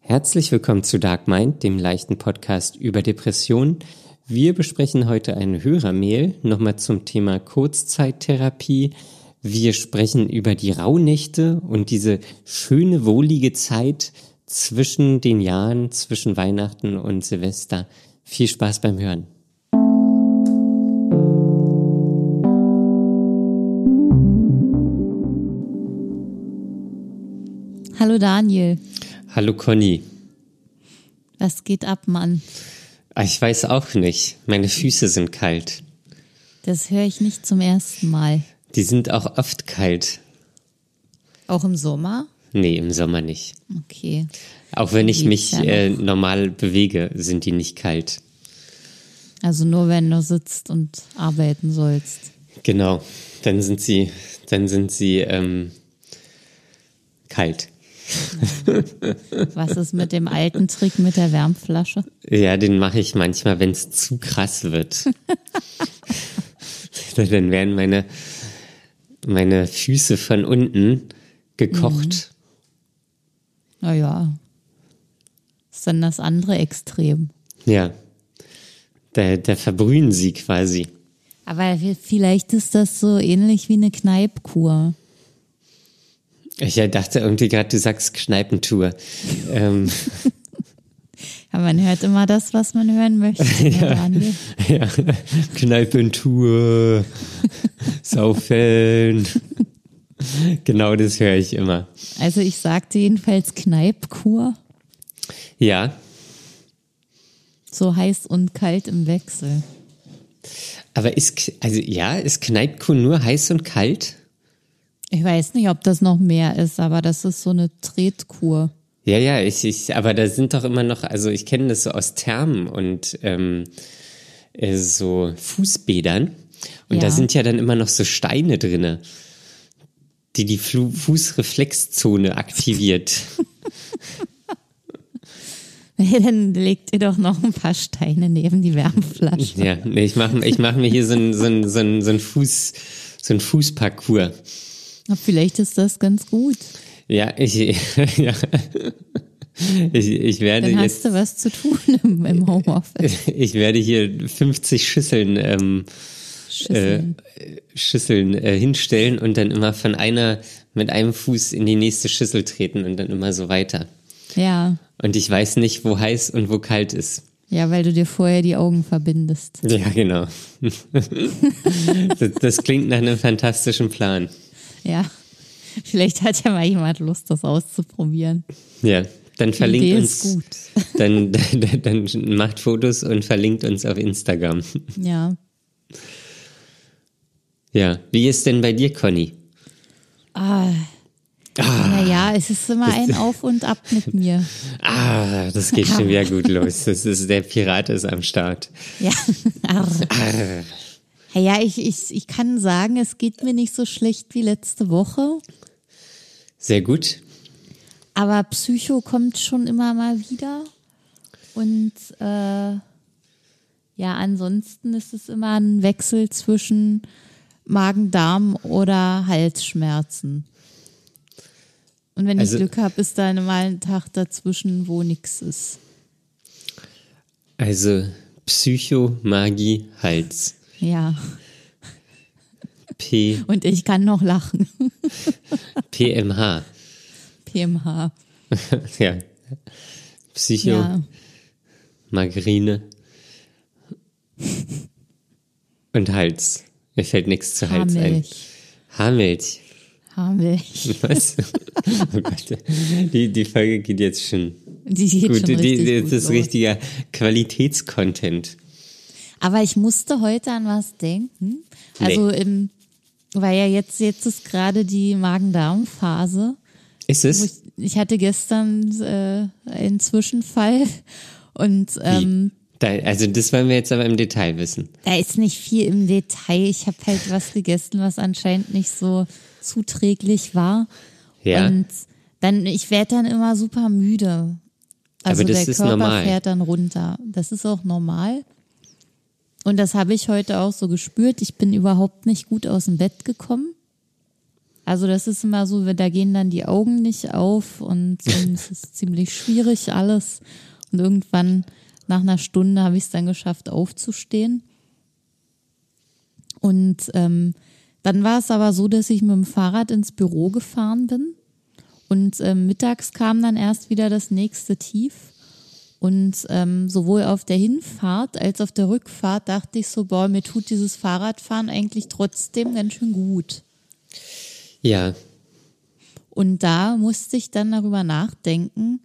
Herzlich willkommen zu Dark Mind, dem leichten Podcast über Depressionen. Wir besprechen heute eine Hörermail nochmal zum Thema Kurzzeittherapie. Wir sprechen über die Rauhnächte und diese schöne, wohlige Zeit zwischen den Jahren, zwischen Weihnachten und Silvester. Viel Spaß beim Hören. Hallo Daniel, Hallo Conny. was geht ab, Mann? Ah, Ich weiß auch nicht. Meine Füße sind kalt. Das höre ich nicht zum ersten Mal. Die sind auch oft kalt. Auch im Sommer? Nee, im Sommer nicht. Okay. Auch wenn ich Geht's mich ja noch? äh, normal bewege, sind die nicht kalt. Also nur wenn du sitzt und arbeiten sollst. Genau. Dann sind sie, dann sind sie ähm, kalt. Was ist mit dem alten Trick mit der Wärmflasche? Ja, den mache ich manchmal, wenn es zu krass wird. dann werden meine, meine Füße von unten gekocht. Naja. Ist dann das andere Extrem. Ja. Da, da verbrühen sie quasi. Aber vielleicht ist das so ähnlich wie eine Kneipkur. Ich ja dachte irgendwie gerade, du sagst Kneipentour. ähm, Ja, man hört immer das, was man hören möchte. ja. Daniel. ja, Kneipentour, Saufen. genau das höre ich immer. Also ich sagte jedenfalls Kneipkur. Ja, So heiß und kalt im Wechsel. aber ist, K- also ja, ist Kneipkur nur heiß und kalt? Ich weiß nicht, ob das noch mehr ist, aber das ist so eine Tretkur. Ja, ja, ich, ich, aber da sind doch immer noch, also ich kenne das so aus Thermen und ähm, äh, so Fußbädern. Und da Ja. sind ja dann immer noch so Steine drinne, die die Flu Fußreflexzone aktiviert. Nee, dann legt ihr doch noch ein paar Steine neben die Wärmflasche. ja, nee, ich mache ich mach mir hier so ein, so ein, so ein, so ein Fuß, so ein Fußparcours. Na, Vielleicht ist das ganz gut. Ja, ich, ja. Ich, ich werde Dann jetzt, Äh, hast du was zu tun im, im Homeoffice. ich werde hier 50 Schüsseln ähm, äh, Schüsseln. Schüsseln äh, hinstellen und dann immer von einer mit einem Fuß in die nächste Schüssel treten und dann immer so weiter. Ja. Und ich weiß nicht, wo heiß und wo kalt ist. Ja, weil du dir vorher die Augen verbindest. Ja, genau. das, das klingt nach einem fantastischen Plan. Ja. Vielleicht hat ja mal jemand Lust, das auszuprobieren. Ja, dann verlinkt Idee uns. ist gut. Dann, dann, dann macht Fotos und verlinkt uns auf Instagram. Ja. Ja, wie ist denn bei dir, Conny? Ah. Naja, es ist immer ein Auf und Ab mit mir. Ah, das geht schon wieder gut los. Das ist, der Pirat ist am Start. Ja. Arr. Ja, ich, ich, ich kann sagen, es geht mir nicht so schlecht wie letzte Woche, Sehr gut. aber Psycho kommt schon immer mal wieder. Und äh, ja, ansonsten ist es immer ein Wechsel zwischen Magen-Darm oder Halsschmerzen. Und wenn Also- ich Glück habe, ist dann mal ein Tag dazwischen, wo nichts ist. Also Psycho, Magie, Hals. Ja, P und ich kann noch lachen. PMH. PMH. ja. Psycho, Ja, Margarine und Hals. Mir fällt nichts zu Hals ein. Haarmilch. Haarmilch. Haarmilch. Was? oh Gott. Die, die Folge geht jetzt schon. Die geht Gut, schon die, richtig die, gut das ist los. richtiger Qualitätscontent. Aber ich musste heute an was denken. Nee. Also, im, weil ja jetzt, jetzt ist gerade die Magen-Darm-Phase. Ist wo es? Ich, ich hatte gestern äh, einen Zwischenfall und ähm, Da, also das wollen wir jetzt aber im Detail wissen. da ist nicht viel im Detail. Ich habe halt was gegessen, was anscheinend nicht so zuträglich war. Ja. Und dann, ich werde dann immer super müde. Also Aber das der ist Körper normal. fährt dann runter. Das ist auch normal. Und das habe ich heute auch so gespürt. Ich bin überhaupt nicht gut aus dem Bett gekommen. Also das ist immer so, da gehen dann die Augen nicht auf und, und es ist ziemlich schwierig alles. Und irgendwann nach einer Stunde habe ich es dann geschafft, aufzustehen. Und ähm, dann war es aber so, dass ich mit dem Fahrrad ins Büro gefahren bin. Und ähm, mittags kam dann erst wieder das nächste Tief. Und ähm, sowohl auf der Hinfahrt als auf der Rückfahrt dachte ich so, boah, mir tut dieses Fahrradfahren eigentlich trotzdem ganz schön gut. Ja, Und da musste ich dann darüber nachdenken,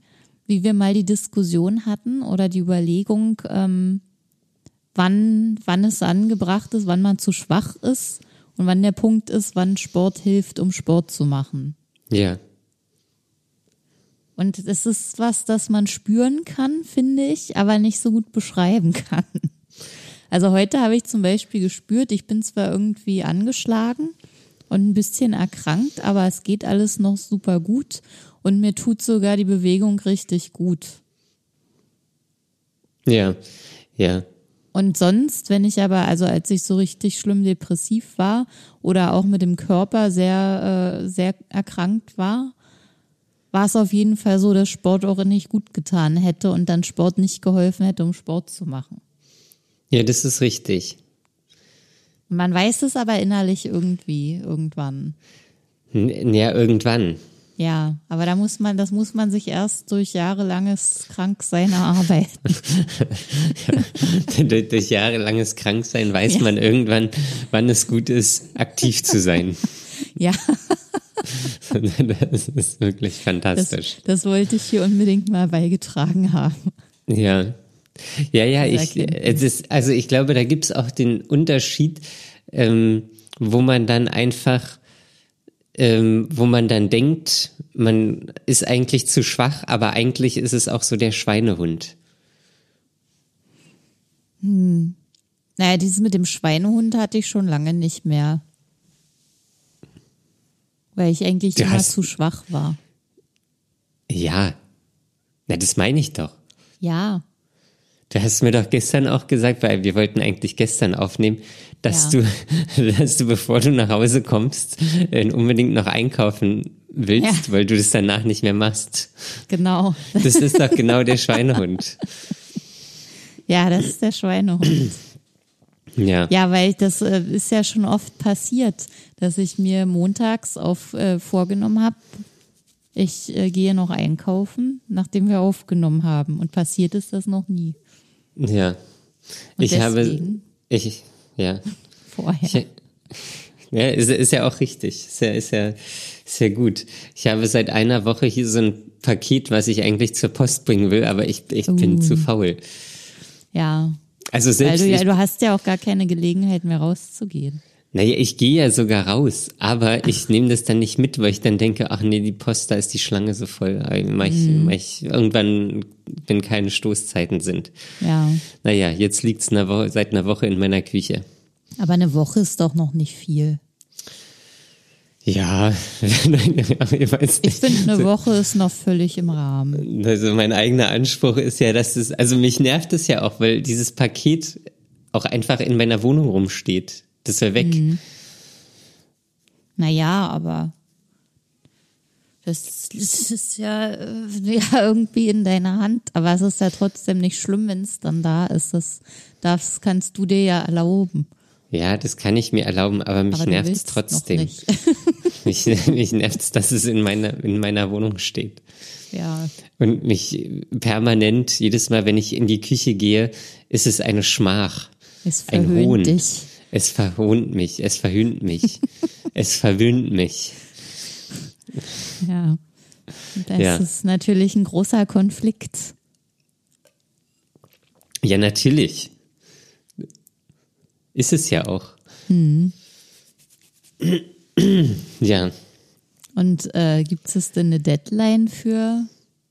wie wir mal die Diskussion hatten oder die Überlegung, ähm, wann, wann es angebracht ist, wann man zu schwach ist und wann der Punkt ist, wann Sport hilft, um Sport zu machen. ja. Und es ist was, das man spüren kann, finde ich, aber nicht so gut beschreiben kann. Also heute habe ich zum Beispiel gespürt, ich bin zwar irgendwie angeschlagen und ein bisschen erkrankt, aber es geht alles noch super gut und mir tut sogar die Bewegung richtig gut. Ja, ja, Und sonst, wenn ich aber, also als ich so richtig schlimm depressiv war oder auch mit dem Körper sehr, äh, sehr erkrankt war, war es auf jeden Fall so, dass Sport auch nicht gut getan hätte und dann Sport nicht geholfen hätte, um Sport zu machen. ja, das ist richtig. Man weiß es aber innerlich irgendwie, irgendwann. N ja, irgendwann. Ja, aber da muss man, das muss man sich erst durch jahrelanges Kranksein erarbeiten. Durch, durch jahrelanges Kranksein weiß man irgendwann, wann es gut ist, aktiv zu sein. Ja, Das ist wirklich das, fantastisch. das wollte ich hier unbedingt mal beigetragen haben. Ja. Ja, ja, Dieser ich, Erkenntnis. es ist, also ich glaube, da gibt's auch den Unterschied, ähm, wo man dann einfach, ähm, wo man dann denkt, man ist eigentlich zu schwach, aber eigentlich ist es auch so der Schweinehund. Naja, dieses mit dem Schweinehund hatte ich schon lange nicht mehr. Weil ich eigentlich Du immer hast- zu schwach war. Ja. Na, das meine ich doch. Ja, Du hast mir doch gestern auch gesagt, weil wir wollten eigentlich gestern aufnehmen, dass Ja. du, dass du, bevor du nach Hause kommst, äh, unbedingt noch einkaufen willst, Ja. weil du das danach nicht mehr machst. genau. Das ist doch genau der Schweinehund. Ja, das ist der Schweinehund. Ja. Ja, weil das äh, ist ja schon oft passiert, dass ich mir montags auf äh, vorgenommen habe, ich äh, gehe noch einkaufen, nachdem wir aufgenommen haben. Und passiert ist das noch nie ja. Und Ich habe. deswegen? Ich, ja. vorher. Ich, ja, ist, ist ja auch richtig. Ist ja, ist, ja, ist ja gut. Ich habe seit einer Woche hier so ein Paket, was ich eigentlich zur Post bringen will, aber ich, ich bin zu faul. ja, Also Oh. weil selbst du, ja, ich, du hast ja auch gar keine Gelegenheit mehr rauszugehen. naja, ich gehe ja sogar raus, aber ich nehme das dann nicht mit, weil ich dann denke, ach nee, die Post, da ist die Schlange so voll. Mach ich, Mhm. mach ich, irgendwann, wenn keine Stoßzeiten sind. Ja, Naja, jetzt liegt's einer Woche, seit einer Woche in meiner Küche. aber eine Woche ist doch noch nicht viel. Ja, nein, aber ich weiß Ich nicht. finde, eine Woche ist noch völlig im Rahmen. Also mein eigener Anspruch ist ja, dass es, also mich nervt es ja auch, weil dieses Paket auch einfach in meiner Wohnung rumsteht. Das wäre weg. Mhm. Naja, aber das ist, das ist ja, äh, ja irgendwie in deiner Hand. Aber es ist ja trotzdem nicht schlimm, wenn es dann da ist. Das, das kannst du dir ja erlauben. Ja, das kann ich mir erlauben, aber mich Aber du nervt es willst noch trotzdem. nicht. Mich, mich nervt es, dass es in meiner, in meiner Wohnung steht. ja, Und mich permanent, jedes Mal, wenn ich in die Küche gehe, ist es eine Schmach. es Ein Hohn. verhöhnt dich. Es verhohnt mich, es verhöhnt mich, es verwöhnt mich. Ja. Das Ja. ist natürlich ein großer Konflikt. Ja, natürlich. Ist es ja auch. Mhm. Ja, Und äh, gibt es denn eine Deadline für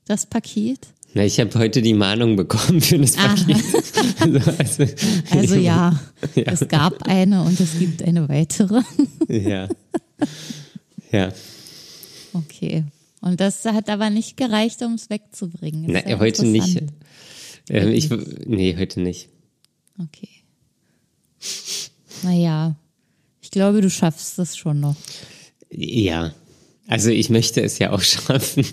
das Paket? na, ich habe heute die Mahnung bekommen für das Ah. Paket. Also, also, Also ja, es gab eine und es gibt eine weitere. ja. Ja. Okay. Und das hat aber nicht gereicht, um es wegzubringen. Ist Na, ja heute nicht. interessant. Ähm, ich, nee, heute nicht. Okay. Naja, ich glaube, du schaffst das schon noch. Ja. Also ich möchte es ja auch schaffen.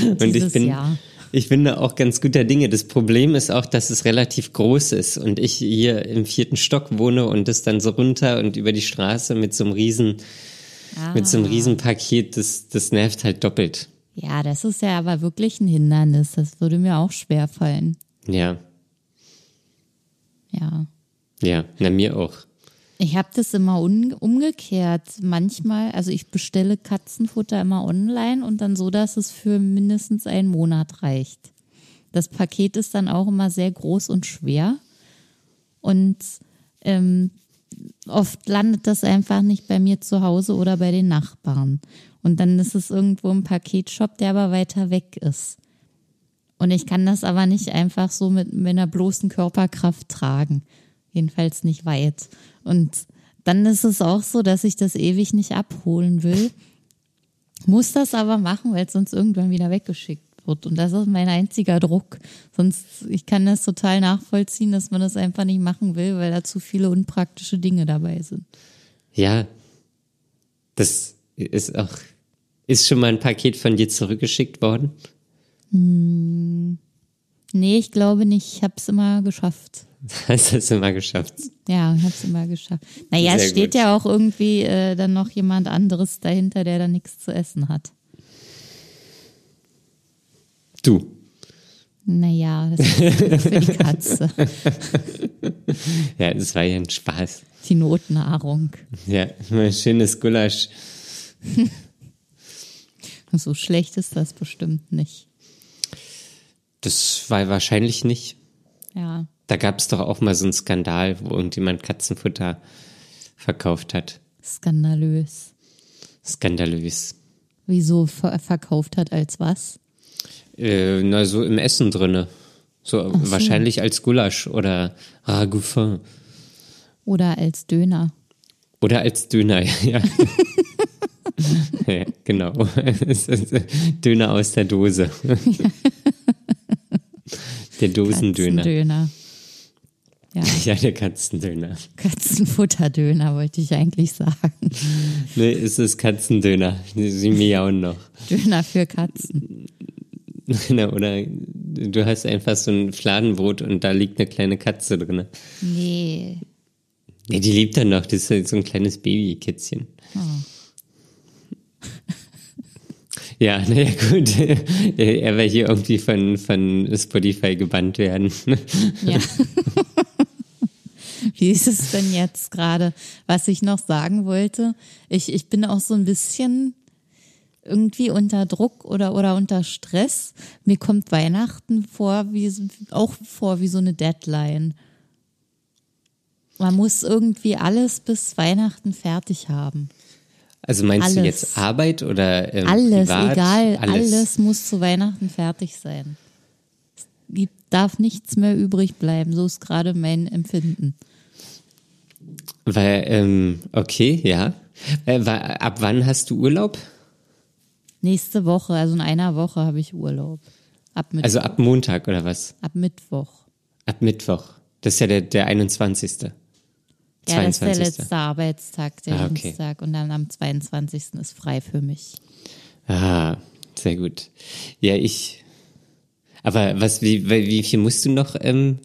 Und ich Dieses bin, Jahr. ich bin da auch ganz guter Dinge. Das Problem ist auch, dass es relativ groß ist und ich hier im vierten Stock wohne und das dann so runter und über die Straße mit so einem riesen, mit Ah. so einem riesen Paket, das, das nervt halt doppelt. Ja, das ist ja aber wirklich ein Hindernis. Das würde mir auch schwer fallen. Ja. Ja. Ja. Na, mir auch. Ich habe das immer un umgekehrt. Manchmal, also ich bestelle Katzenfutter immer online und dann so, dass es für mindestens einen Monat reicht. Das Paket ist dann auch immer sehr groß und schwer. Und ähm, oft landet das einfach nicht bei mir zu Hause oder bei den Nachbarn. Und dann ist es irgendwo im Paketshop, der aber weiter weg ist. Und ich kann das aber nicht einfach so mit meiner bloßen Körperkraft tragen. Jedenfalls nicht weit. Und dann ist es auch so, dass ich das ewig nicht abholen will. Muss das aber machen, weil es sonst irgendwann wieder weggeschickt wird. Und das ist mein einziger Druck. Sonst, ich kann das total nachvollziehen, dass man das einfach nicht machen will, weil da zu viele unpraktische Dinge dabei sind. Ja, das ist auch. Ist schon mal ein Paket von dir zurückgeschickt worden? Nee, ich glaube nicht. Ich habe es immer geschafft. Hast du es immer geschafft? Ja, ich habe es immer geschafft. Naja, Sehr es steht gut. ja auch irgendwie äh, dann noch jemand anderes dahinter, der da nichts zu essen hat. Du. Naja, das ist gut für die Katze. Ja, es war ja ein Spaß. Die Notnahrung. Ja, mal schönes Gulasch. So schlecht ist das bestimmt nicht. Das war wahrscheinlich nicht. Ja. Da gab es doch auch mal so einen Skandal, wo irgendjemand Katzenfutter verkauft hat. Skandalös. Skandalös. Wieso ver verkauft hat als was? Äh, na, so im Essen drinne. So, wahrscheinlich als Gulasch oder Ragoufin. Oder als Döner? Oder als Döner, ja. ja genau. Es ist Döner aus der Dose. der Dosendöner. Katzendöner. Ja, Ja, der Katzendöner. Katzenfutterdöner wollte ich eigentlich sagen. Nee, es ist Katzendöner. Sie miauen noch. Döner für Katzen. Na, Oder du hast einfach so ein Fladenbrot und da liegt eine kleine Katze drin. Nee. Nee, die lebt dann noch. Das ist so ein kleines Babykätzchen. Oh. Ja, naja, gut. Er will hier irgendwie von, von Spotify gebannt werden. Ja. Wie ist es denn jetzt gerade? Was ich noch sagen wollte, ich, ich bin auch so ein bisschen irgendwie unter Druck oder, oder unter Stress. Mir kommt Weihnachten vor, wie, so- auch vor wie so eine Deadline. Man muss irgendwie alles bis Weihnachten fertig haben. Also meinst du Alles. jetzt Arbeit oder ähm, Alles, privat? egal, alles. Alles. muss zu Weihnachten fertig sein. Es gibt, darf nichts mehr übrig bleiben. So ist gerade mein Empfinden. Weil, ähm, okay, ja. Äh, wa- ab wann hast du Urlaub? Nächste Woche, also in einer Woche habe ich Urlaub. Ab, Mitt Also ab Montag oder was? ab Mittwoch. Ab Mittwoch. Das ist ja der, der 21. Ja, das ist der 22.. letzte Arbeitstag, der Ah, okay. Dienstag. Und dann am 22. ist frei für mich. Ah, sehr gut. Ja, ich. Aber was, wie, wie wie viel musst du noch? Ähm,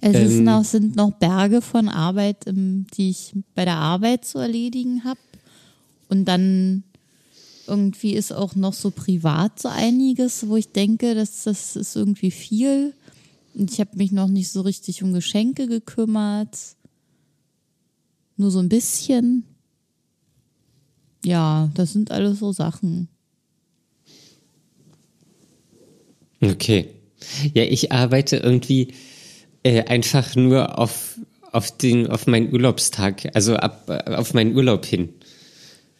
Es ist noch, sind noch Berge von Arbeit, im, die ich bei der Arbeit zu erledigen habe. Und dann irgendwie ist auch noch so privat so einiges, wo ich denke, dass das ist irgendwie viel. Und ich habe mich noch nicht so richtig um Geschenke gekümmert. Nur so ein bisschen. Ja, das sind alles so Sachen. okay. Ja, ich arbeite irgendwie äh, einfach nur auf, auf, den, auf meinen Urlaubstag, also ab, auf meinen Urlaub hin.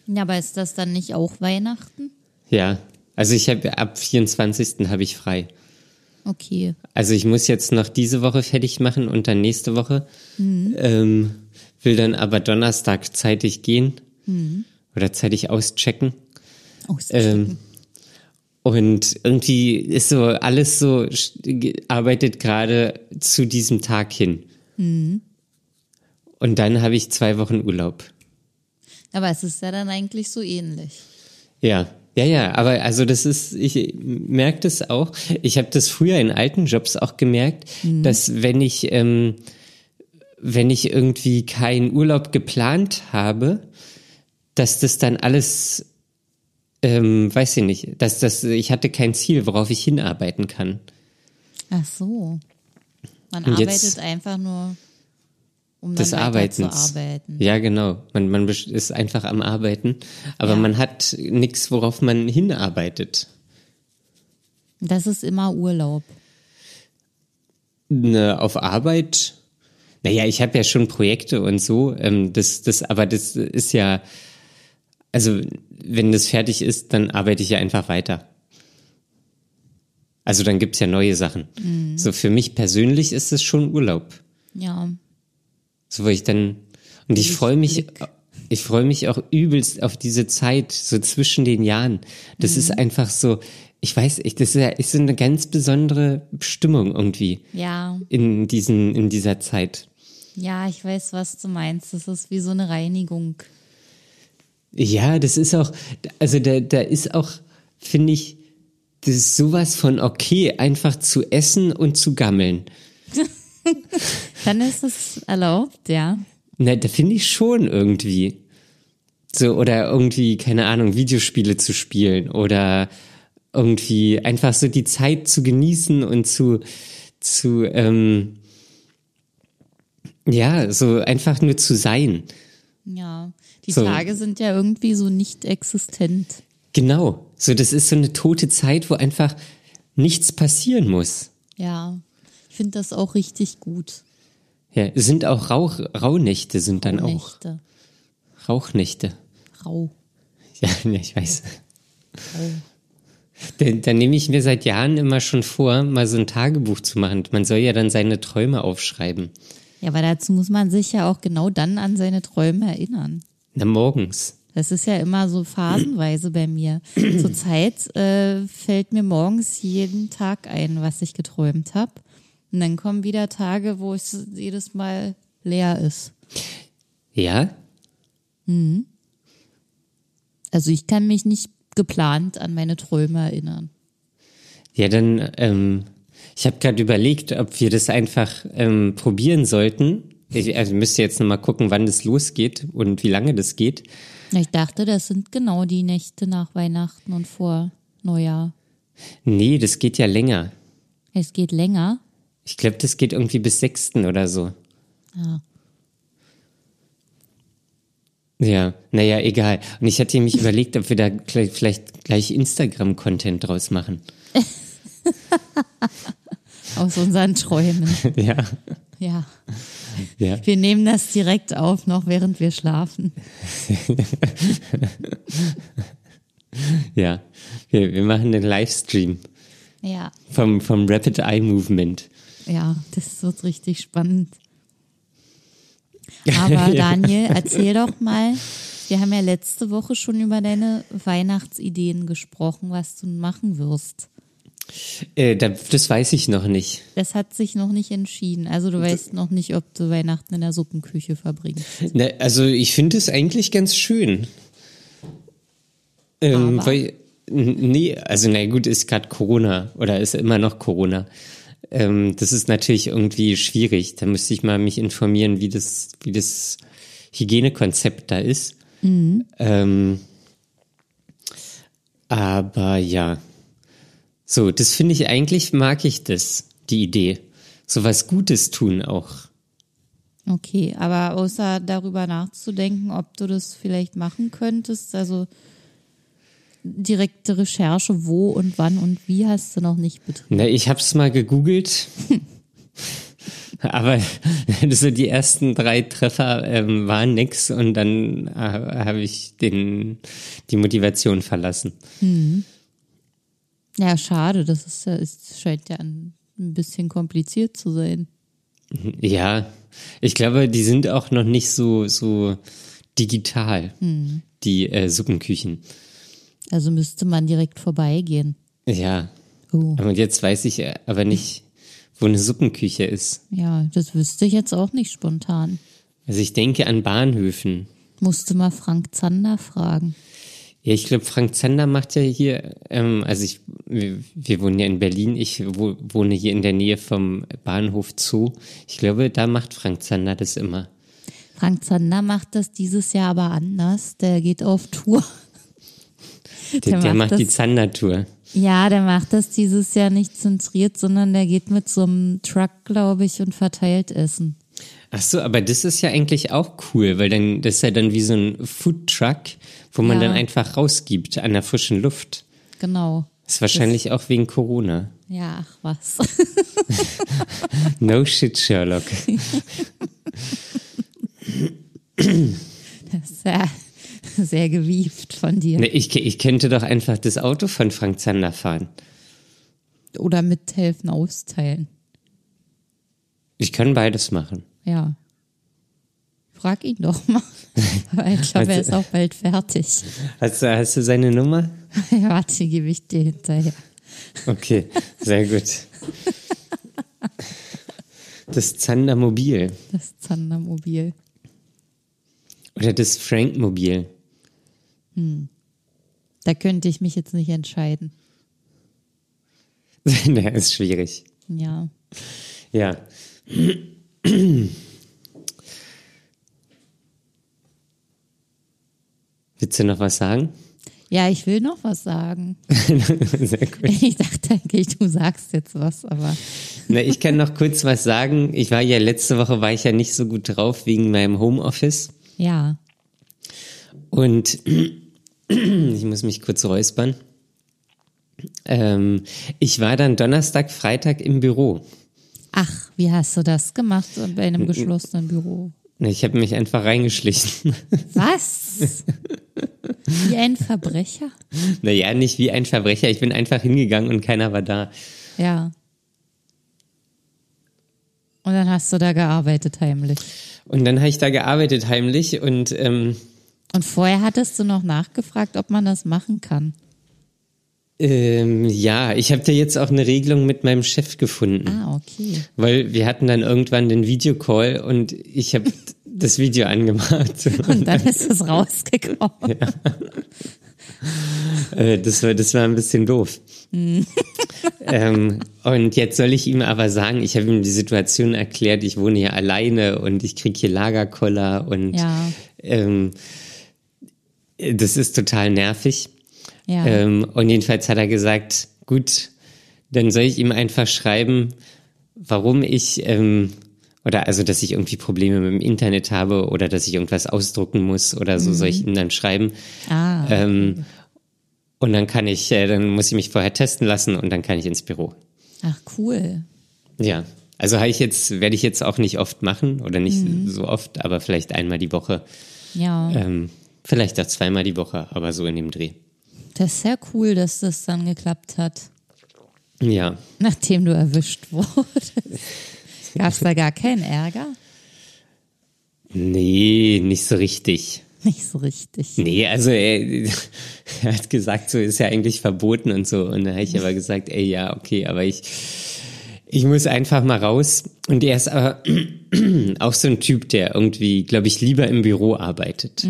Ja, aber ist das dann nicht auch Weihnachten? Ja. Also ich habe ab 24. habe ich frei. Okay. Also ich muss jetzt noch diese Woche fertig machen und dann nächste Woche. Ähm, will dann aber Donnerstag zeitig gehen oder zeitig auschecken. Oh, ist Ähm, und irgendwie ist so alles so sch- ge- arbeitet gerade zu diesem Tag hin. Und dann habe ich zwei Wochen Urlaub. Aber es ist ja dann eigentlich so ähnlich. Ja, ja, ja, aber also das ist, ich merke das auch. Ich habe das früher in alten Jobs auch gemerkt, Mhm. dass wenn ich, ähm, wenn ich irgendwie keinen Urlaub geplant habe, dass das dann alles, ähm, weiß ich nicht, dass das, ich hatte kein Ziel, worauf ich hinarbeiten kann. Ach so. Man Und jetzt- arbeitet einfach nur, um des dann weiter zu Arbeitens. arbeiten. Ja, genau. Man, man besch- ist einfach am Arbeiten, aber Ja. man hat nichts, worauf man hinarbeitet. Das ist immer Urlaub. Ne, auf Arbeit. Naja, ich habe ja schon Projekte und so. Ähm, das, das, aber das ist ja, also wenn das fertig ist, dann arbeite ich ja einfach weiter. Also dann gibt's ja neue Sachen. So für mich persönlich ist es schon Urlaub. Ja. So, wo ich dann, und ich freue mich, ich freue mich auch übelst auf diese Zeit, so zwischen den Jahren. Das ist einfach so, ich weiß, ich, das ist, ja, ist so eine ganz besondere Stimmung irgendwie Ja. in diesen, in dieser Zeit. Ja, ich weiß, was du meinst. Das ist wie so eine Reinigung. Ja, das ist auch, also da, da ist auch, finde ich, das ist sowas von okay, einfach zu essen und zu gammeln. Dann ist es erlaubt, ja. Na, da finde ich schon irgendwie. So, oder irgendwie, keine Ahnung, Videospiele zu spielen oder irgendwie einfach so die Zeit zu genießen und zu, zu, ähm, ja, so einfach nur zu sein. Ja. Die So. Tage sind ja irgendwie so nicht existent. Genau. So, das ist so eine tote Zeit, wo einfach nichts passieren muss. Ja. Ich finde das auch richtig gut. Ja, es sind auch Rauch, Rauhnächte sind dann auch. Nächte. Rauchnächte. Rau. Ja, ja, ich weiß. Dann, dann nehme ich mir seit Jahren immer schon vor, mal so ein Tagebuch zu machen. Man soll ja dann seine Träume aufschreiben. Ja, aber dazu muss man sich ja auch genau dann an seine Träume erinnern. Na, morgens. Das ist ja immer so phasenweise bei mir. Zurzeit äh, fällt mir morgens jeden Tag ein, was ich geträumt habe. Und dann kommen wieder Tage, wo es jedes Mal leer ist. Ja? Also ich kann mich nicht geplant an meine Träume erinnern. Ja, dann, ähm, ich habe gerade überlegt, ob wir das einfach ähm, probieren sollten. Ich also müsste jetzt nochmal gucken, wann das losgeht und wie lange das geht. Ich dachte, das sind genau die Nächte nach Weihnachten und vor Neujahr. Nee, das geht ja länger. Es geht länger. Ich glaube, das geht irgendwie bis 6. oder so. Ja. Ja, naja, egal. Und ich hatte mich überlegt, ob wir da gleich, vielleicht gleich Instagram-Content draus machen. Aus unseren Träumen. ja, Ja. ja. Wir nehmen das direkt auf, noch während wir schlafen. Ja, wir, wir machen einen Livestream Ja. vom, vom Rapid Eye Movement. Ja, das wird richtig spannend. Aber Daniel, erzähl doch mal, wir haben ja letzte Woche schon über deine Weihnachtsideen gesprochen, was du machen wirst. Äh, da, das weiß ich noch nicht. Das hat sich noch nicht entschieden. Also du weißt noch nicht, ob du Weihnachten in der Suppenküche verbringst. Ne, also ich finde es eigentlich ganz schön. Ähm, Aber? weil, n- nee, also na gut, ist gerade Corona oder ist immer noch Corona. Ähm, das ist natürlich irgendwie schwierig. Da müsste ich mal mich informieren, wie das, wie das Hygienekonzept da ist. Ähm, aber ja, so, das finde ich eigentlich, mag ich das, die Idee. So was Gutes tun auch. Okay, aber außer darüber nachzudenken, ob du das vielleicht machen könntest, also direkte Recherche, wo und wann und wie hast du noch nicht betrieben. Na, Ne, ich hab's mal gegoogelt. Aber so die ersten drei Treffer ähm, waren nix und dann äh, habe ich den, die Motivation verlassen. Ja, schade, das ist ja, es scheint ja ein ein bisschen kompliziert zu sein. Ja, ich glaube, die sind auch noch nicht so, so digital, die äh, Suppenküchen. Also müsste man direkt vorbeigehen. Ja, Oh, aber jetzt weiß ich äh, aber nicht, wo eine Suppenküche ist. ja, das wüsste ich jetzt auch nicht spontan. Also ich denke an Bahnhöfen. Musste mal Frank Zander fragen. Ja, ich glaube, Frank Zander macht ja hier, ähm, also ich, wir, wir wohnen ja in Berlin, ich wo, wohne hier in der Nähe vom Bahnhof Zoo. Ich glaube, da macht Frank Zander das immer. Frank Zander macht das dieses Jahr aber anders. Der geht auf Tour. Der, der macht, die Zander-Tour. Ja, der macht das dieses Jahr nicht zentriert, sondern der geht mit so einem Truck, glaube ich, und verteilt Essen. Ach so, aber das ist ja eigentlich auch cool, weil dann das ist ja dann wie so ein Food Truck, wo man Ja. dann einfach rausgibt an der frischen Luft. Genau. Ist wahrscheinlich auch wegen Corona. Ja, ach was. No shit, Sherlock. Das ist ja sehr gewieft von dir. Ne, Ich, ich könnte doch einfach das Auto von Frank Zander fahren. Oder mithelfen austeilen. Ich kann beides machen. Ja. Frag ihn doch mal. Weil ich glaube, er ist auch bald fertig. Hast du, hast du seine Nummer? Warte, gebe ich dir hinterher. Okay, sehr gut. Das Zandermobil Das Zandermobil. oder das Frankmobil. Da könnte ich mich jetzt nicht entscheiden. Ne, ist schwierig. Ja. Ja. Willst du noch was sagen? Ja, ich will noch was sagen. Sehr gut. Ich dachte eigentlich, du sagst jetzt was, aber Na, ich kann noch kurz was sagen. Ich war ja letzte Woche war ich ja nicht so gut drauf wegen meinem Homeoffice ja. und ich muss mich kurz räuspern. Ähm, ich war dann Donnerstag, Freitag im Büro. Ach, wie hast du das gemacht bei einem geschlossenen Büro? Ich habe mich einfach reingeschlichen. Was? Wie ein Verbrecher? Naja, nicht wie ein Verbrecher. Ich bin einfach hingegangen und keiner war da. Ja. Und dann hast du da gearbeitet heimlich. Und dann habe ich da gearbeitet heimlich und ähm, Und vorher hattest du noch nachgefragt, ob man das machen kann. ähm, ja, ich habe da jetzt auch eine Regelung mit meinem Chef gefunden. Ah, okay. Weil wir hatten dann irgendwann den Videocall und ich habe das Video angemacht. Und dann ist es rausgekommen. Äh, das, war, das war ein bisschen doof. Mm. ähm, und jetzt soll ich ihm aber sagen, ich habe ihm die Situation erklärt, ich wohne hier alleine und ich krieg hier Lagerkoller und Ja. ähm, das ist total nervig. Ja. Ähm, und jedenfalls hat er gesagt, gut, dann soll ich ihm einfach schreiben, warum ich, ähm, oder also, dass ich irgendwie Probleme mit dem Internet habe oder dass ich irgendwas ausdrucken muss oder so, soll Mhm. ich ihm dann schreiben. ah, Ähm, und dann kann ich, äh, dann muss ich mich vorher testen lassen und dann kann ich ins Büro. ach cool. Ja. Also habe ich jetzt, werde ich jetzt auch nicht oft machen oder nicht so oft, aber vielleicht einmal die Woche. Ja. Ähm, vielleicht auch zweimal die Woche, aber so in dem Dreh. Das ist sehr cool, dass das dann geklappt hat. Ja. Nachdem du erwischt wurdest. Gab es da gar keinen Ärger? Nee, nicht so richtig. Nicht so richtig. Nee, also er, er hat gesagt, so ist ja eigentlich verboten und so. Und dann habe ich aber gesagt, ey, ja, okay, aber ich, ich muss einfach mal raus. Und er ist aber auch so ein Typ, der irgendwie, glaube ich, lieber im Büro arbeitet.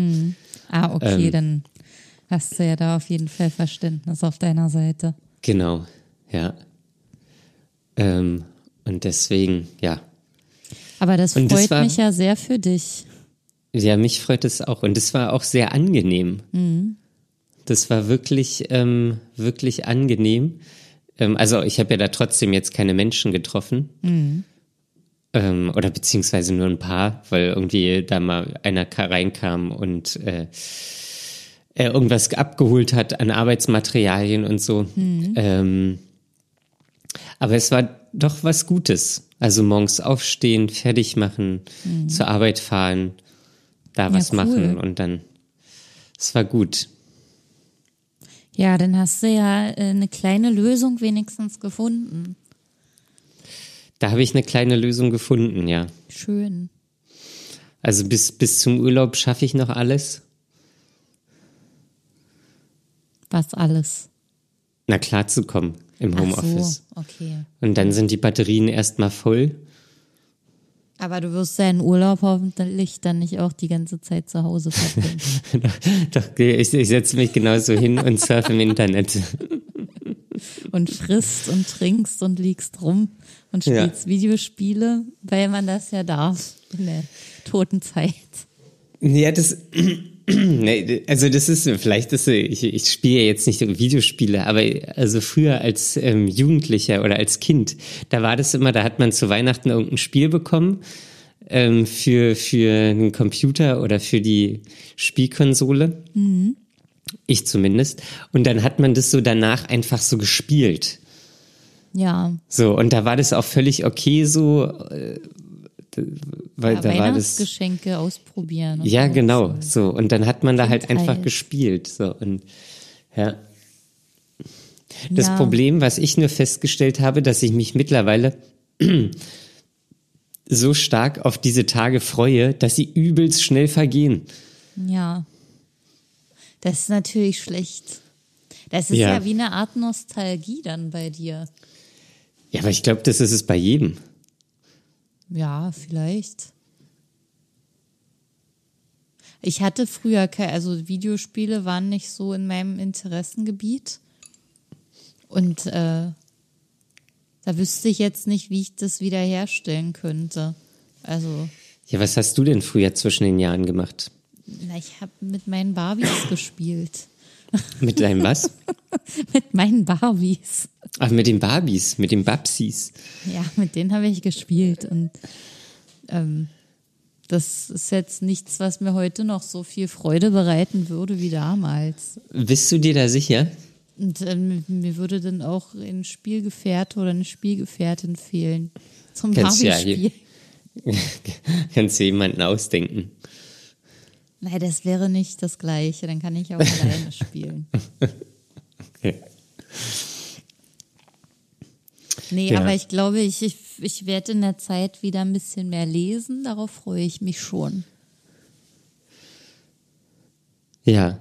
Ah, Ähm. okay, dann hast du ja da auf jeden Fall Verständnis auf deiner Seite. Genau, ja. Ähm, und deswegen, ja. Aber das Und das freut war- mich ja sehr für dich. Ja, mich freut es auch. Und es war auch sehr angenehm. Das war wirklich, ähm, wirklich angenehm. Ähm, also ich habe ja da trotzdem jetzt keine Menschen getroffen. Ähm, oder beziehungsweise nur ein paar, weil irgendwie da mal einer ka- reinkam und äh, er irgendwas abgeholt hat an Arbeitsmaterialien und so. Ähm, aber es war doch was Gutes. Also morgens aufstehen, fertig machen, zur Arbeit fahren, da was cool. machen und dann. Es war gut. Ja, dann hast du ja äh, eine kleine Lösung wenigstens gefunden. Da habe ich eine kleine Lösung gefunden, ja. Schön. Also bis, bis zum Urlaub schaffe ich noch alles. Was alles. Na klar zu kommen im Ach Homeoffice. so, okay. Und dann sind die Batterien erstmal voll. Aber du wirst deinen Urlaub hoffentlich dann nicht auch die ganze Zeit zu Hause verbringen. Doch, ich, ich setze mich genauso hin und surfe im Internet. und frisst und trinkst und liegst rum und spielst Videospiele, weil man das ja darf in der toten Zeit. Ja, das. Nee, also das ist, vielleicht ist, ich, ich spiele ja jetzt nicht Videospiele, aber also früher als ähm, Jugendlicher oder als Kind, da war das immer, da hat man zu Weihnachten irgendein Spiel bekommen ähm, für, für einen Computer oder für die Spielkonsole. Ich zumindest. Und dann hat man das so danach einfach so gespielt. Ja, So, und da war das auch völlig okay so, äh, d- weil ja da war das. Weihnachtsgeschenke ausprobieren. und Ja, so. genau. So. Und dann hat man da halt Kindheit. einfach gespielt. So. Und ja. Das Ja. Problem, was ich nur festgestellt habe, dass ich mich mittlerweile so stark auf diese Tage freue, dass sie übelst schnell vergehen. Ja. Das ist natürlich schlecht. Das ist ja, Ja. wie eine Art Nostalgie dann bei dir. Ja, aber ich glaube, das ist es bei jedem. Ja, vielleicht. Ich hatte früher keine, also Videospiele waren nicht so in meinem Interessengebiet. Und äh, da wüsste ich jetzt nicht, wie ich das wiederherstellen könnte. Also, Ja, was hast du denn früher zwischen den Jahren gemacht? na, ich habe mit meinen Barbies gespielt. Mit deinem was? Mit meinen Barbies. Ach, mit den Barbies, mit den Babsis. Ja, mit denen habe ich gespielt und ähm, das ist jetzt nichts, was mir heute noch so viel Freude bereiten würde wie damals. Bist du dir da sicher? Und ähm, mir würde dann auch ein Spielgefährte oder eine Spielgefährtin fehlen zum Kannst ja Barbie-Spiel. hier- Kannst du jemanden ausdenken? Nein, das wäre nicht das Gleiche, dann kann ich auch alleine spielen. Okay. Nee, Ja. aber ich glaube, ich, ich, ich werde in der Zeit wieder ein bisschen mehr lesen, darauf freue ich mich schon. Ja.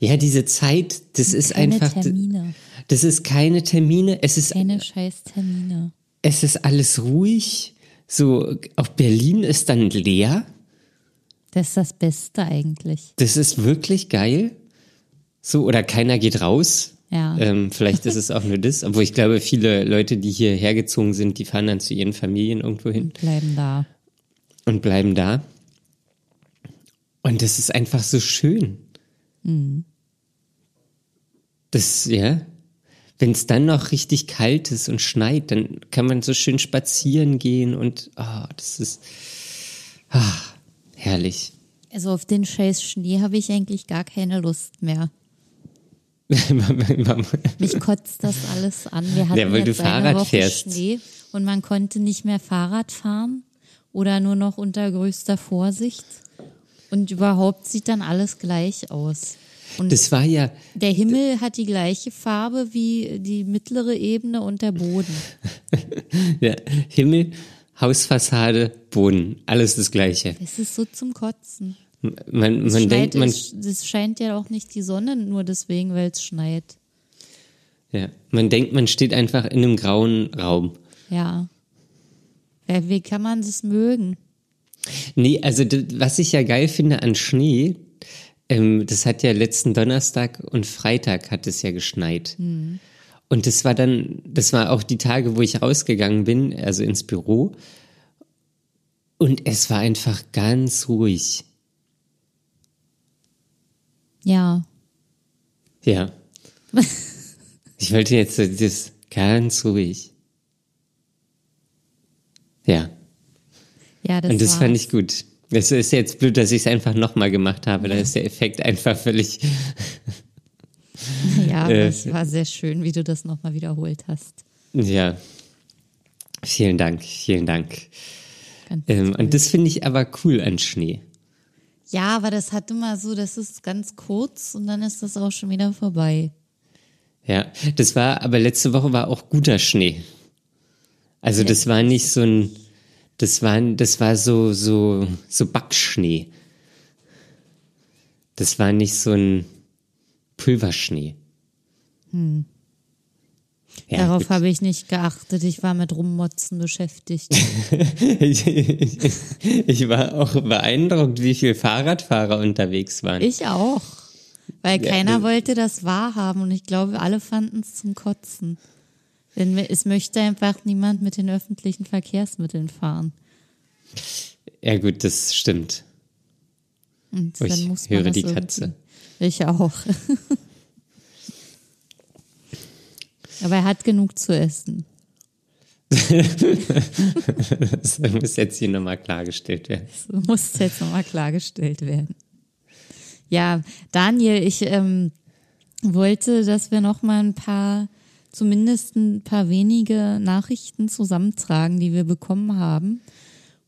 Ja, diese Zeit, das ist keine einfach. Termine. Das ist keine Termine. Es ist, Keine scheiß Termine. es ist alles ruhig. So, auch Berlin ist dann leer. Das ist das Beste eigentlich. Das ist wirklich geil. So, oder keiner geht raus. Ja. Ähm, vielleicht ist es auch nur das, obwohl ich glaube, viele Leute, die hierher gezogen sind, die fahren dann zu ihren Familien irgendwo hin Bleiben da. und bleiben da. Und das ist einfach so schön. Das, ja. Wenn es dann noch richtig kalt ist und schneit, dann kann man so schön spazieren gehen und ah, das ist ah, herrlich. Also auf den scheiß Schnee habe ich eigentlich gar keine Lust mehr. Mich kotzt das alles an. Wir hatten Ja, weil du jetzt eine Fahrrad Woche fährst. Schnee und man konnte nicht mehr Fahrrad fahren oder nur noch unter größter Vorsicht. Und überhaupt sieht dann alles gleich aus. Und das war ja, der Himmel hat die gleiche Farbe wie die mittlere Ebene und der Boden. ja Himmel, Hausfassade, Boden, alles das Gleiche. Es ist so zum Kotzen. Man, Es man denkt, schneit, man es, es scheint ja auch nicht die Sonne nur deswegen, weil es schneit. Ja, man denkt, man steht einfach in einem grauen Raum. Ja. ja. Wie kann man das mögen? Nee, also d- was ich ja geil finde an Schnee, ähm, das hat ja letzten Donnerstag und Freitag hat es ja geschneit. Und das war dann, das war auch die Tage, wo ich rausgegangen bin, also ins Büro. Und es war einfach ganz ruhig. Ja. Ja. ich wollte jetzt äh, das ganz ruhig. Ja. Ja, das, Und das war's. fand ich gut. Es ist jetzt blöd, dass ich es einfach nochmal gemacht habe. Da ist der Effekt einfach völlig. Ja, aber äh, es war sehr schön, wie du das nochmal wiederholt hast. Ja. Vielen Dank, vielen Dank. Ganz Ähm, und das finde ich aber cool an Schnee. Ja, aber das hat immer so, das ist ganz kurz und dann ist das auch schon wieder vorbei. Ja. Das war, aber letzte Woche war auch guter Schnee. Also das war nicht so ein, das war, das war so, so, so Backschnee. Das war nicht so ein Pulverschnee. Ja, Hm. Darauf gut. habe ich nicht geachtet. Ich war mit Rummotzen beschäftigt. ich, ich, ich war auch beeindruckt, wie viel Fahrradfahrer unterwegs waren. Ich auch. Weil Ja, ne. keiner das- wollte das wahrhaben und ich glaube, alle fanden es zum Kotzen. Denn es möchte einfach niemand mit den öffentlichen Verkehrsmitteln fahren. ja gut, das stimmt. Und Oh, ich dann muss höre man das die irgendwie- Katze. Ich auch. Aber er hat genug zu essen. Das muss jetzt hier nochmal klargestellt werden. Das muss jetzt nochmal klargestellt werden. Ja, Daniel, ich ähm, wollte, dass wir nochmal ein paar, zumindest ein paar wenige Nachrichten zusammentragen, die wir bekommen haben.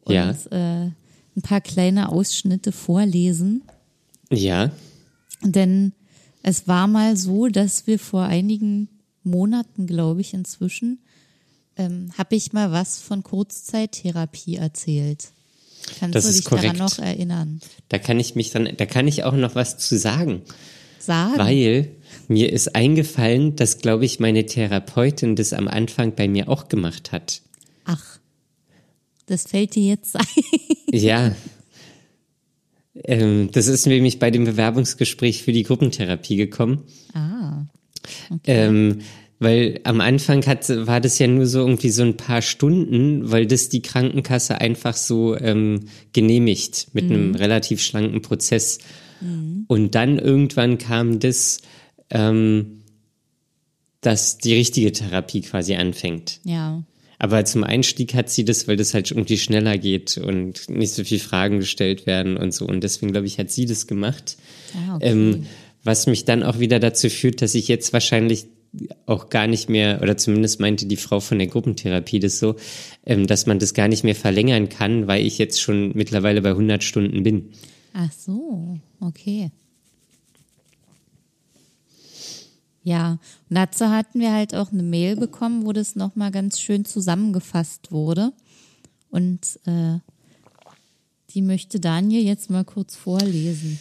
Und Ja. äh, ein paar kleine Ausschnitte vorlesen. Ja, Denn es war mal so, dass wir vor einigen Monaten, glaube ich, inzwischen, ähm, habe ich mal was von Kurzzeittherapie erzählt. Kannst Das du ist dich daran korrekt. noch erinnern? da kann ich mich dann, da kann ich auch noch was zu sagen. Sagen. Weil mir ist eingefallen, dass, glaube ich, meine Therapeutin das am Anfang bei mir auch gemacht hat. Ach, das fällt dir jetzt ein. Ja. Ähm, das ist nämlich bei dem Bewerbungsgespräch für die Gruppentherapie gekommen. Ah, Ähm, weil am Anfang hat, war das ja nur so irgendwie so ein paar Stunden, weil das die Krankenkasse einfach so ähm, genehmigt mit einem relativ schlanken Prozess. Und dann irgendwann kam das, ähm, dass die richtige Therapie quasi anfängt. ja. Aber zum Einstieg hat sie das, weil das halt irgendwie schneller geht und nicht so viel Fragen gestellt werden und so. Und deswegen, glaube ich, hat sie das gemacht. Ah, okay. Ähm, was mich dann auch wieder dazu führt, dass ich jetzt wahrscheinlich auch gar nicht mehr, oder zumindest meinte die Frau von der Gruppentherapie das so, ähm, dass man das gar nicht mehr verlängern kann, weil ich jetzt schon mittlerweile bei 100 Stunden bin. Ach so, okay. Ja, und dazu hatten wir halt auch eine Mail bekommen, wo das nochmal ganz schön zusammengefasst wurde. Und äh, die möchte Daniel jetzt mal kurz vorlesen.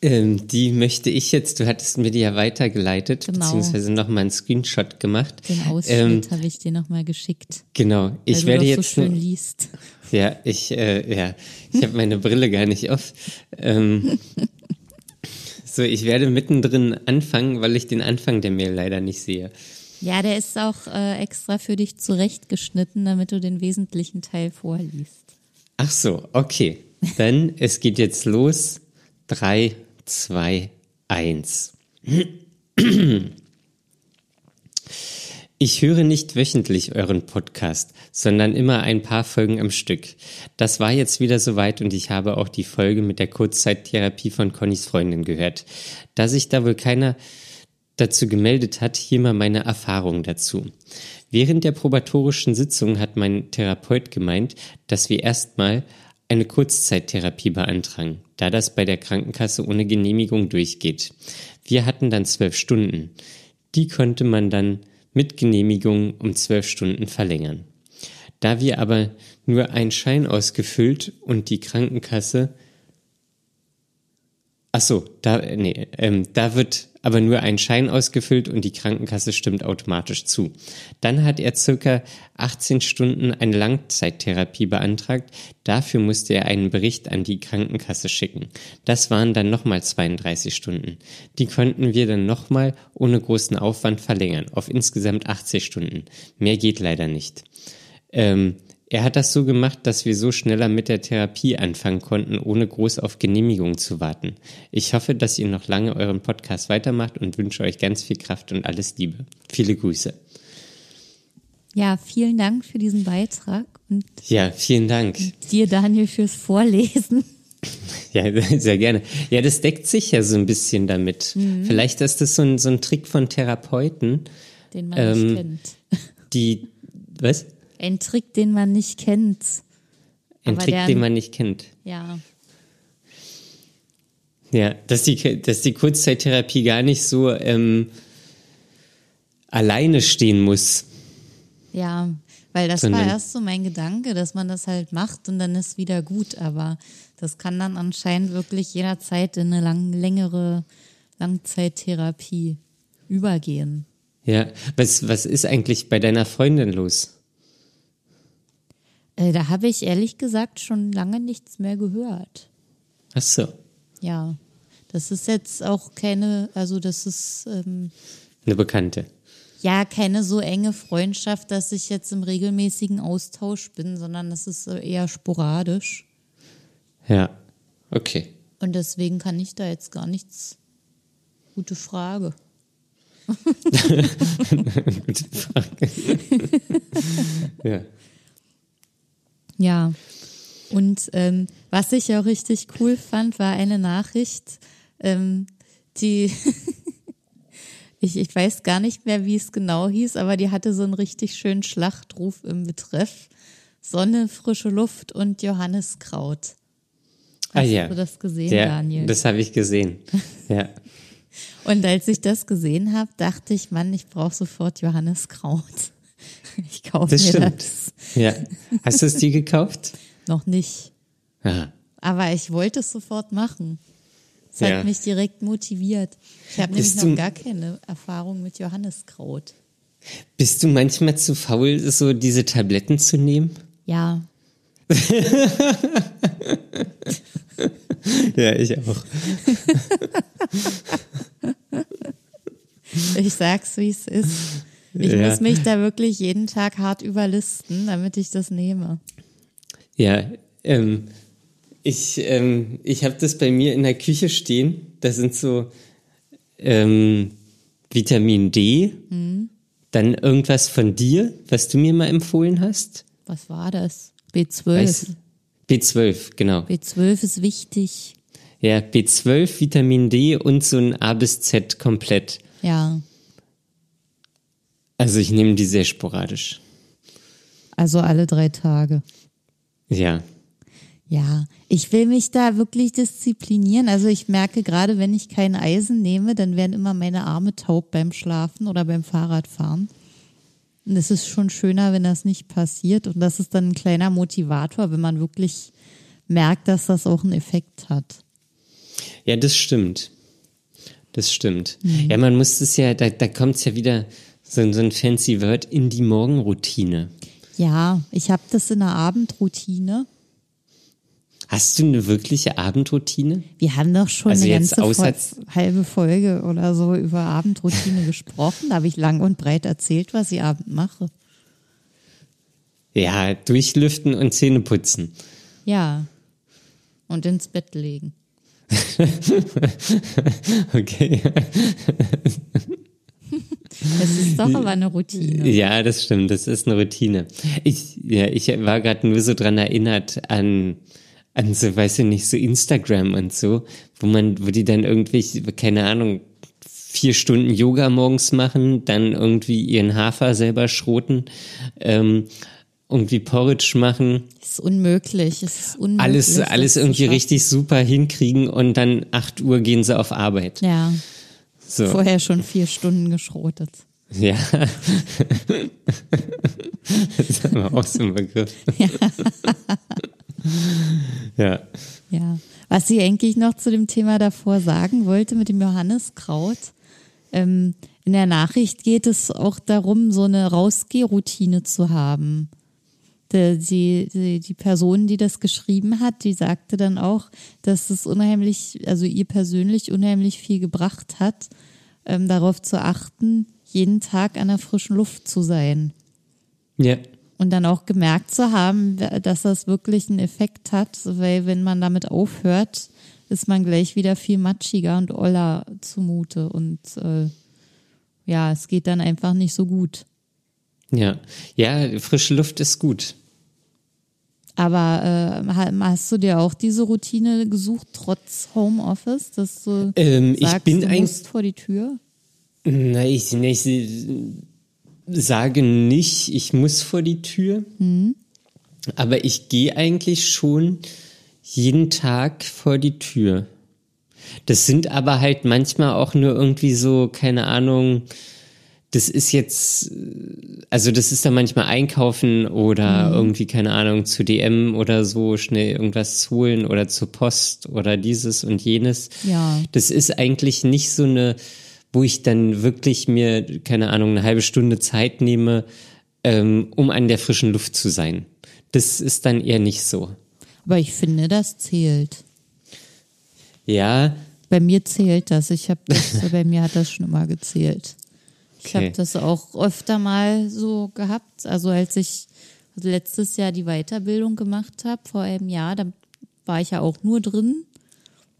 Ähm, die möchte ich jetzt, du hattest mir die ja weitergeleitet, Genau. beziehungsweise nochmal einen Screenshot gemacht. Den Ähm, Ausschnitt habe ich dir nochmal geschickt, genau, weil ich du werde doch jetzt so schön nur- liest. Ja, ich, äh, ja, ich habe meine Brille gar nicht auf. Ähm, so, ich werde mittendrin anfangen, weil ich den Anfang der Mail leider nicht sehe. Ja, der ist auch äh, extra für dich zurechtgeschnitten, damit du den wesentlichen Teil vorliest. Ach so, okay. Dann, es geht jetzt los. Drei, zwei, eins. Ich höre nicht wöchentlich euren Podcast, sondern immer ein paar Folgen am Stück. Das war jetzt wieder soweit und ich habe auch die Folge mit der Kurzzeittherapie von Connys Freundin gehört. Da sich da wohl keiner dazu gemeldet hat, hier mal meine Erfahrung dazu. Während der probatorischen Sitzung hat mein Therapeut gemeint, dass wir erstmal eine Kurzzeittherapie beantragen, da das bei der Krankenkasse ohne Genehmigung durchgeht. Wir hatten dann zwölf Stunden. Die konnte man dann mit Genehmigung um zwölf Stunden verlängern. Da wir aber nur einen Schein ausgefüllt und die Krankenkasse Ach so, da, nee, ähm, da wird aber nur ein Schein ausgefüllt und die Krankenkasse stimmt automatisch zu. Dann hat er circa 18 Stunden eine Langzeittherapie beantragt. Dafür musste er einen Bericht an die Krankenkasse schicken. Das waren dann nochmal 32 Stunden. Die konnten wir dann nochmal ohne großen Aufwand verlängern auf insgesamt 80 Stunden. Mehr geht leider nicht. Ähm, er hat das so gemacht, dass wir so schneller mit der Therapie anfangen konnten, ohne groß auf Genehmigung zu warten. Ich hoffe, dass ihr noch lange euren Podcast weitermacht und wünsche euch ganz viel Kraft und alles Liebe. Viele Grüße. Ja, vielen Dank für diesen Beitrag und Ja, vielen Dank. dir, Daniel, fürs Vorlesen. Ja, sehr gerne. Ja, das deckt sich ja so ein bisschen damit. Mhm. Vielleicht ist das so ein, so ein Trick von Therapeuten, den man Ähm, nicht kennt. die, was? Ein Trick, den man nicht kennt. Ein Aber Trick, der- den man nicht kennt. Ja, Ja, dass die, dass die Kurzzeittherapie gar nicht so ähm, alleine stehen muss. ja. Weil das war Sondern- erst so mein Gedanke, dass man das halt macht und dann ist wieder gut. Aber das kann dann anscheinend wirklich jederzeit in eine lang, längere Langzeittherapie übergehen. Ja, was, was ist eigentlich bei deiner Freundin los? Äh, da habe ich ehrlich gesagt schon lange nichts mehr gehört. Ach so, Ja, das ist jetzt auch keine, also das ist ähm, eine Bekannte. ja keine so enge Freundschaft, dass ich jetzt im regelmäßigen Austausch bin, sondern das ist äh, eher sporadisch. Ja, okay. Und deswegen kann ich da jetzt gar nichts. Gute Frage. Gute Frage. ja. Ja. Und ähm, was ich auch richtig cool fand, war eine Nachricht, ähm, die ich, ich weiß gar nicht mehr, wie es genau hieß, aber die hatte so einen richtig schönen Schlachtruf im Betreff. Sonne, frische Luft und Johanniskraut. Hast Ah ja. du das gesehen, Der- Daniel? Das habe ich gesehen. Ja. Und als ich das gesehen habe, dachte ich, Mann, ich brauche sofort Johanniskraut. Ich kaufe Das mir stimmt. das Ja. Hast du es dir gekauft? noch nicht. Ah. Aber ich wollte es sofort machen. Es Ja. hat mich direkt motiviert. Ich habe nämlich Bist du- noch gar keine Erfahrung mit Johanniskraut. Bist du manchmal zu faul, so diese Tabletten zu nehmen? Ja, Ja, ich auch. ich sag's, wie es ist. Ich Ja. muss mich da wirklich jeden Tag hart überlisten, damit ich das nehme. Ja, ähm, ich, ähm, ich habe das bei mir in der Küche stehen. Da sind so ähm, Vitamin D, dann irgendwas von dir, was du mir mal empfohlen hast. Was war das? B12. Weiß- B12, genau. B12 ist wichtig. Ja, B12, Vitamin D und so ein A bis Z komplett. Ja, Also ich nehme die sehr sporadisch. also alle drei Tage. Ja. Ja, ich will mich da wirklich disziplinieren. Also ich merke gerade, wenn ich kein Eisen nehme, dann werden immer meine Arme taub beim Schlafen oder beim Fahrradfahren. Und es ist schon schöner, wenn das nicht passiert. Und das ist dann ein kleiner Motivator, wenn man wirklich merkt, dass das auch einen Effekt hat. Ja, das stimmt. Das stimmt. Ja, man muss es ja, da, da kommt es ja wieder so, ein- so ein fancy Word in die Morgenroutine. Ja, ich habe das in der Abendroutine. Hast du eine wirkliche Abendroutine? Wir haben doch schon Also eine jetzt ganze außer- Fol- halbe Folge oder so über Abendroutine gesprochen. Da habe ich lang und breit erzählt, was ich abend mache. Ja, durchlüften und Zähne putzen. Ja. Und ins Bett legen. Okay. Das ist doch aber eine Routine. Ja, das stimmt. Das ist eine Routine. Ich, ja, ich war gerade nur so dran erinnert an, an so, weiß ich nicht, so Instagram und so, wo man, wo die dann irgendwie, keine Ahnung, vier Stunden Yoga morgens machen, dann irgendwie ihren Hafer selber schroten, ähm, irgendwie Porridge machen, Das ist unmöglich. Es ist unmöglich. alles, das alles zu irgendwie schaffen. richtig super hinkriegen und dann 8 Uhr gehen sie auf Arbeit. Ja, So. vorher schon vier Stunden geschrotet. Ja. das ist aber auch so ein Begriff. Ja. Ja. Was ich eigentlich noch zu dem Thema davor sagen wollte mit dem Johanniskraut. Ähm, in der Nachricht geht es auch darum, so eine Rausgehroutine zu haben. Die, die, die, die Person, die das geschrieben hat, die sagte dann auch, dass es unheimlich, also ihr persönlich unheimlich viel gebracht hat, ähm, darauf zu achten, jeden Tag an der frischen Luft zu sein Ja. und dann auch gemerkt zu haben, dass das wirklich einen Effekt hat, weil wenn man damit aufhört, ist man gleich wieder viel matschiger und oller zumute und äh, ja, es geht dann einfach nicht so gut. Ja. Ja, frische Luft ist gut. Aber äh, ha- hast du dir auch diese Routine gesucht, trotz Homeoffice, dass du Ähm, ich sagst, bin du ein- musst vor die Tür? Na, ich, ne, ich sage nicht, ich muss vor die Tür. Aber ich gehe eigentlich schon jeden Tag vor die Tür. Das sind aber halt manchmal auch nur irgendwie so, keine Ahnung, das ist jetzt, äh, also das ist dann manchmal einkaufen oder irgendwie, keine Ahnung, zu DM oder so schnell irgendwas holen oder zur Post oder dieses und jenes. Ja. Das ist eigentlich nicht so eine wo ich dann wirklich mir, keine Ahnung, eine halbe Stunde Zeit nehme, ähm, um an der frischen Luft zu sein. Das ist dann eher nicht so. Aber ich finde, das zählt. Ja, Bei mir zählt das. Ich habe das, bei mir hat das schon immer gezählt. Ich habe Okay. das auch öfter mal so gehabt. Also als ich letztes Jahr die Weiterbildung gemacht habe, vor einem Jahr, da war ich ja auch nur drin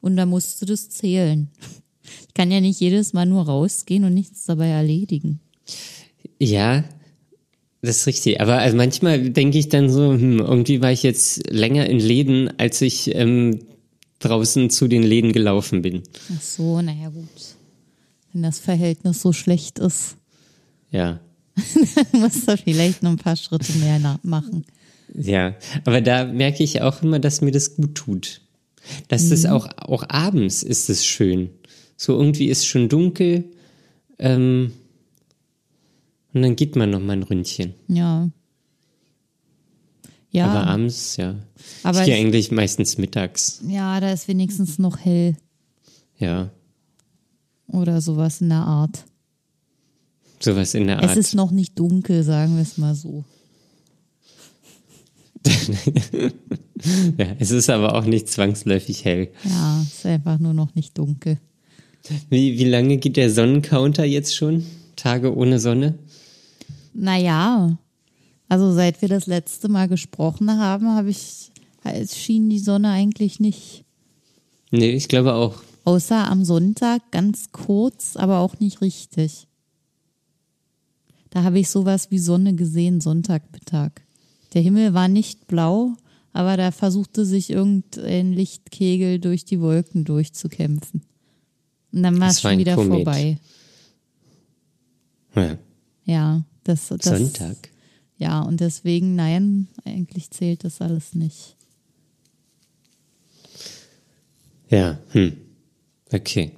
und da musste das zählen. Ich kann ja nicht jedes Mal nur rausgehen und nichts dabei erledigen. Ja, das ist richtig. Aber also manchmal denke ich dann so, hm, irgendwie war ich jetzt länger in Läden, als ich ähm, draußen zu den Läden gelaufen bin. Ach so, naja gut. Wenn das Verhältnis so schlecht ist, Ja. dann musst du vielleicht noch ein paar Schritte mehr na- machen. Ja. Aber da merke ich auch immer, dass mir das gut tut. Dass das Mhm. auch, auch abends ist es schön. So irgendwie ist schon dunkel. Ähm, und dann geht man noch mal ein Ründchen. Ja. Ja. Aber abends, ja. Ah. Aber ich gehe ich- eigentlich meistens mittags. Ja, da ist wenigstens noch hell Ja. oder sowas in der Art. Sowas in der Art. Es ist noch nicht dunkel, sagen wir es mal so. Ja, es ist aber auch nicht zwangsläufig hell. Ja, es ist einfach nur noch nicht dunkel. Wie, wie lange geht der Sonnencounter jetzt schon? Tage ohne Sonne? Naja, also seit wir das letzte Mal gesprochen haben, habe ich, es schien die Sonne eigentlich nicht. Nee, ich glaube auch. Außer am Sonntag ganz kurz, aber auch nicht richtig. Da habe ich sowas wie Sonne gesehen, Sonntagmittag. Der Himmel war nicht blau, aber da versuchte sich irgendein Lichtkegel durch die Wolken durchzukämpfen. Und dann war Das es war schon ein wieder Komet. vorbei. Ja, Ja, das, das Sonntag. Ja, und deswegen, nein, eigentlich zählt das alles nicht. Ja, hm. Okay.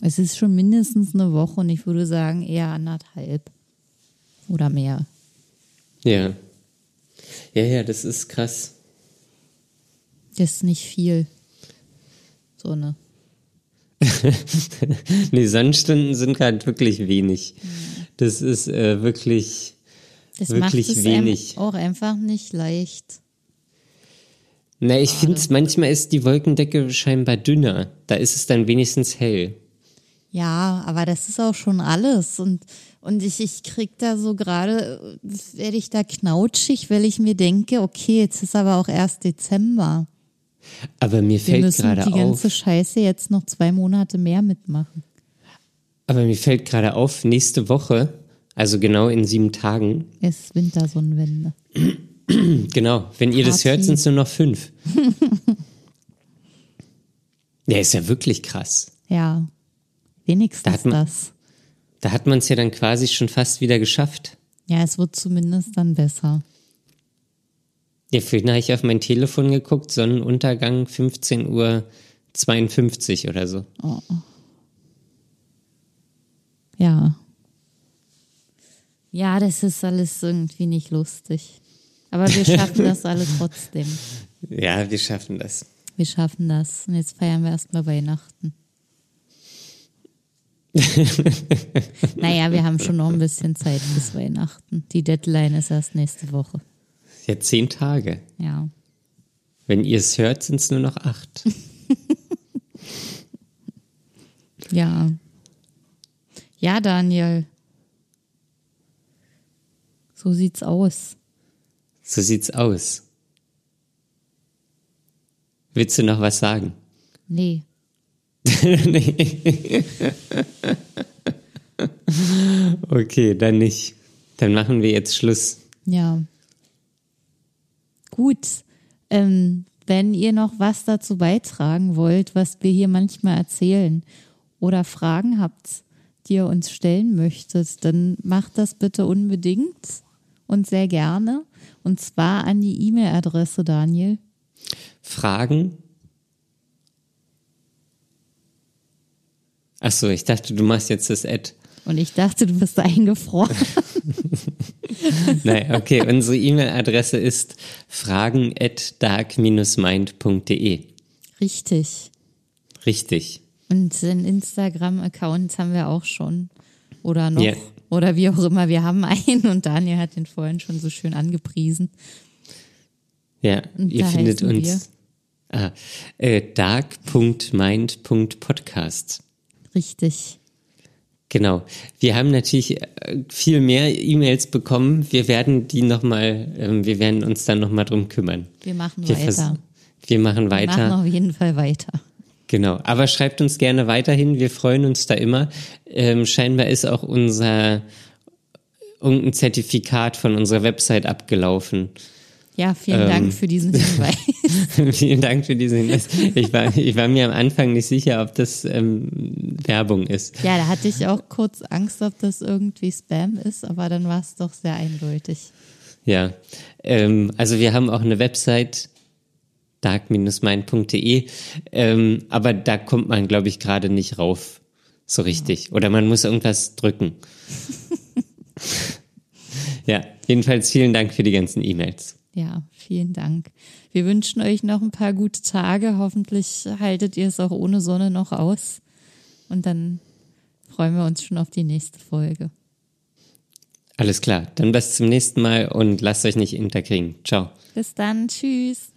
Es ist schon mindestens eine Woche und ich würde sagen eher anderthalb oder mehr. Ja. Ja, ja, das ist krass. Das ist nicht viel. So ne? eine. Nee, Sonnenstunden sind gerade wirklich wenig. Das ist äh, wirklich. Das Wirklich macht es wenig. Einem auch einfach nicht leicht. Na, ich finde es, manchmal ist die Wolkendecke scheinbar dünner. Da ist es dann wenigstens hell. Ja, aber das ist auch schon alles. Und, und ich, ich krieg da so gerade, äh, werde ich da knautschig, weil ich mir denke, okay, jetzt ist aber auch erst Dezember. Aber mir Wir fällt müssen gerade die ganze auf. Scheiße jetzt noch zwei Monate mehr mitmachen. Aber mir fällt gerade auf, nächste Woche, also genau in sieben Tagen, Es ist Wintersonnenwende. Genau, wenn ihr das Party. hört, sind es nur noch fünf. ja, ist ja wirklich krass. Ja, Da wenigstens hat man- das. Da hat man es ja dann quasi schon fast wieder geschafft. Ja, es wird zumindest dann besser. Ja, vorhin habe ich auf mein Telefon geguckt, Sonnenuntergang 15 Uhr 52 oder so. Ja. Ja, das ist alles irgendwie nicht lustig. Aber wir schaffen das alle trotzdem. Ja, wir schaffen das. Wir schaffen das. Und jetzt feiern wir erstmal Weihnachten. naja, wir haben schon noch ein bisschen Zeit bis Weihnachten. Die Deadline ist erst nächste Woche. Ja, zehn Tage. Ja. Wenn ihr es hört, sind es nur noch acht. Ja. Ja, Daniel. So sieht's aus. so sieht's aus. Willst du noch was sagen? Nee. nee. okay, dann nicht. Dann machen wir jetzt Schluss. Ja. Gut. Ähm, wenn ihr noch was dazu beitragen wollt, was wir hier manchmal erzählen oder Fragen habt, die ihr uns stellen möchtet, dann macht das bitte unbedingt und sehr gerne. Und zwar an die E-Mail-Adresse, Daniel. Fragen? Achso, ich dachte, du machst jetzt das Ad. Und ich dachte, du bist eingefroren. Nein, okay, unsere E-Mail-Adresse ist fragen dark-mind.de. Richtig. Richtig. Und den Instagram-Account haben wir auch schon. Oder noch. Ja. Oder wie auch immer. Wir haben einen und Daniel hat den vorhin schon so schön angepriesen. Ja, Und ihr da findet heißen uns ah, äh, dark.mind.podcast. Richtig. Genau. Wir haben natürlich äh, viel mehr E-Mails bekommen. Wir werden die nochmal, ähm, wir werden uns dann nochmal drum kümmern. Wir machen Wir, vers- weiter. wir machen Wir weiter. machen auf jeden Fall weiter. Genau, aber schreibt uns gerne weiterhin, wir freuen uns da immer. Ähm, scheinbar ist auch unser irgendein Zertifikat von unserer Website abgelaufen. Ja, vielen Ähm. Dank für diesen Hinweis. Vielen Dank für diesen Hinweis. Ich war, ich war mir am Anfang nicht sicher, ob das ähm, Werbung ist. ja, da hatte ich auch kurz Angst, ob das irgendwie Spam ist, aber dann war es doch sehr eindeutig. Ja. Ähm, also wir haben auch eine Website, dark-mind.de, ähm, aber da kommt man, glaube ich, gerade nicht rauf. So richtig. Oder man muss irgendwas drücken. ja, jedenfalls vielen Dank für die ganzen E-Mails. Ja, vielen Dank. Wir wünschen euch noch ein paar gute Tage. Hoffentlich haltet ihr es auch ohne Sonne noch aus. Und dann freuen wir uns schon auf die nächste Folge. Alles klar, dann bis zum nächsten Mal und lasst euch nicht unterkriegen. Ciao. Bis dann. Tschüss.